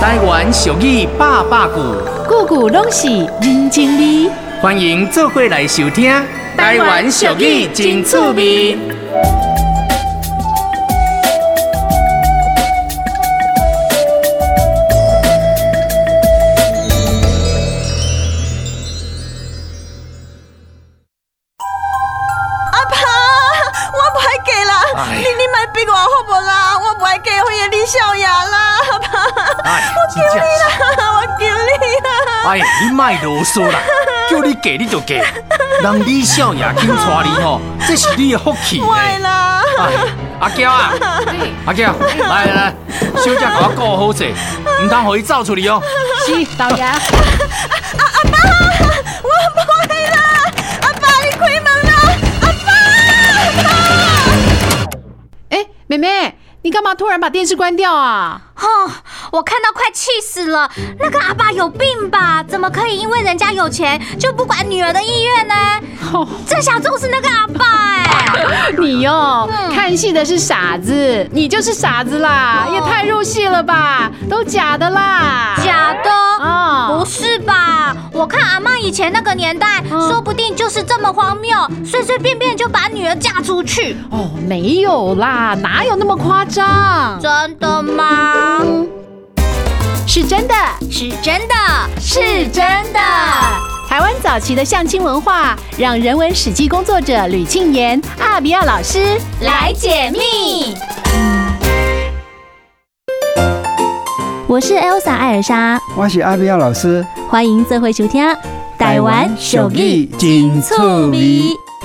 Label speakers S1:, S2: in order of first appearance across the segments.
S1: 台湾俗语百百句，
S2: 句句拢是人情味。
S1: 欢迎做伙来收听。
S2: 台湾俗语真趣味。
S3: 阿爸，我唔爱嫁啦！
S1: 哎
S3: 你你莫逼我好无啦！我唔爱嫁迄个李少爷啦， 阿爸，
S1: 哎，真正 是，
S3: 我求你啊啦！
S1: 哎，你莫啰嗦 啦，叫你嫁你就嫁，人李少爷肯娶你 吼，这是你的福气呢。
S3: 坏啦！
S1: 哎，阿娇啊，阿娇，来来来，小姐给我顾好势，唔通互伊走出去哦。
S2: 是导 爷，
S3: 啊我唔爱啦！阿爸，你开门啦！阿爸，
S2: 哎，妹妹，你干嘛突然把电视关掉啊？
S4: 哦，我看到快气死了！那个阿爸有病吧？怎么可以因为人家有钱就不管女儿的意愿呢？
S2: 哦，
S4: 郑小仲是那个阿爸哎、
S2: 你哦，
S4: 嗯
S2: 看戏的是傻子，你就是傻子啦，
S4: 哦
S2: 也太入戏了吧，都假的啦。
S4: 假的。
S2: 啊
S4: 不是吧？我看阿妈以前那个年代，
S2: 嗯
S4: 说不定就是这么荒谬，随随便便就把女儿嫁出去。
S2: 哦，没有啦，哪有那么夸张？
S4: 真的吗？
S2: 是真的，
S4: 是真的，
S2: 是真的。台湾早期的相亲文化，让人文史记工作者吕庆炎、阿比亚老师
S4: 来解密。
S5: 我是 Elsa 艾尔莎，
S6: 我是阿彪老师，
S5: 欢迎做回收听《台湾手艺
S6: 真
S5: 趣味》。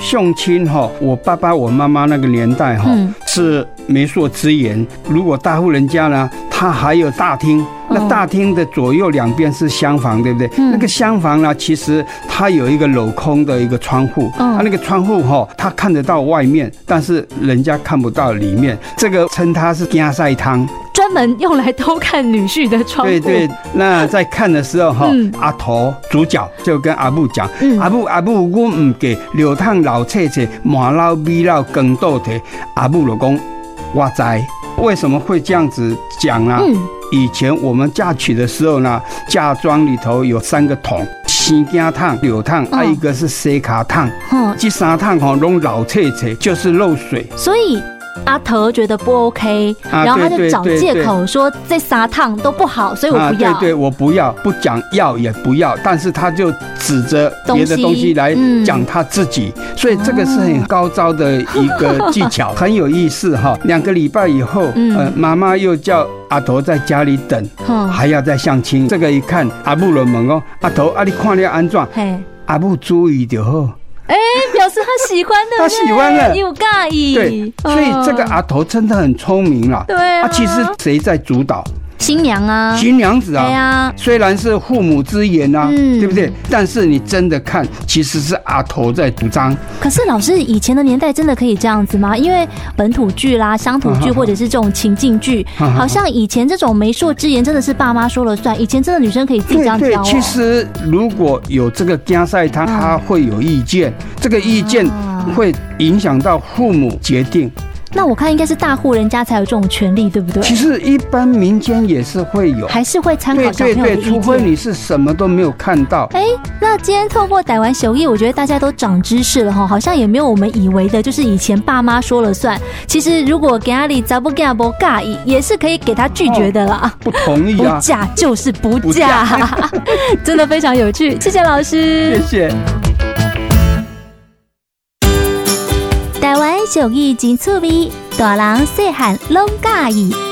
S6: 相亲哈，我爸爸、我妈妈那个年代哈、
S5: 嗯
S6: 是媒妁之言。如果大户人家呢，他还有大
S5: 哦
S6: 厅，那大厅的左右两边是厢房，对不对？
S5: 嗯
S6: 那个厢房呢，其实它有一个镂空的一个窗户，
S5: 嗯
S6: 啊，那个窗户哈、它看得到外面，但是人家看不到里面。这个称它是加塞汤。
S5: 专门用来偷看女婿的窗户。
S6: 对对，那在看的时候哈
S5: 嗯，
S6: 阿头主角就跟阿母讲
S5: 嗯，
S6: 阿母阿母，我唔给流淌老切切，麻老米老更倒提。阿母就讲，我知为什么会这样子讲啊？
S5: 嗯，
S6: 以前我们嫁娶的时候呢，嫁妆里头有三个桶，生姜烫、柳
S5: 哦
S6: 烫，还、有一个是西卡烫，
S5: 哼、
S6: 这三烫吼拢老切切，就是漏水。
S5: 所以阿头觉得不 OK，、
S6: 啊
S5: 然后他就
S6: 对对
S5: 找
S6: 对
S5: 借
S6: 对
S5: 口说这仨烫都不好，所以我不要。
S6: 啊、对对，我不要，不讲要也不要，但是他就指着别的东西来
S5: 嗯
S6: 讲他自己，所以这个是很高招的一 个技巧，很有意思哈。两个礼拜以后，
S5: 哦嗯哦
S6: 呃，妈妈又叫阿头在家里等，
S5: 哼，
S6: 还要再相亲。这个一看，阿母就问哦，阿头，啊，你看了安怎？
S5: 嘿，
S6: 阿母注意就好。
S5: 表示他喜欢的，
S6: 他喜欢了
S5: 又介意。
S6: 对，所以这个
S5: 嗯
S6: 阿头真的很聪明啦。
S5: 对啊
S6: 啊，其实谁在主导？
S5: 新娘啊，
S6: 新娘子
S5: 对
S6: 啊。
S5: 啊，
S6: 虽然是父母之言啊，
S5: 嗯
S6: 对不对？但是你真的看，其实是阿头在主张。
S5: 可是老师，以前的年代真的可以这样子吗？因为本土剧啦、乡土剧
S6: 嗯
S5: 或者是这种情境剧，
S6: 嗯
S5: 好像以前这种媒妁之言真的是爸妈说了算。以前真的女生可以自己这
S6: 对
S5: 样
S6: 对
S5: 教，哦。嗯
S6: 其实如果有这个加赛他，他会有意见，这个意见
S5: 啊
S6: 会影响到父母决定。
S5: 那我看应该是大户人家才有这种权利，对不对？
S6: 其实一般民间也是会有。
S5: 还是会参
S6: 对
S5: 考小
S6: 对
S5: 朋友的
S6: 对，
S5: 意
S6: 除非
S5: 见。
S6: 你是什么都没有看到，
S5: 哎，那今天透过逮完手艺，我觉得大家都长知识了哈，好像也没有我们以为的，就是以前爸妈说了算。其实如果给阿里咋不给阿伯尬意，也是可以给他拒绝的啦。
S6: 不同意
S5: 不
S6: 啊。
S5: 嫁就是不
S6: 不
S5: 嫁， 真的非常有趣，谢谢老师。
S6: 谢谢。
S5: 台湾俗语真趣味，大人细汉拢喜意。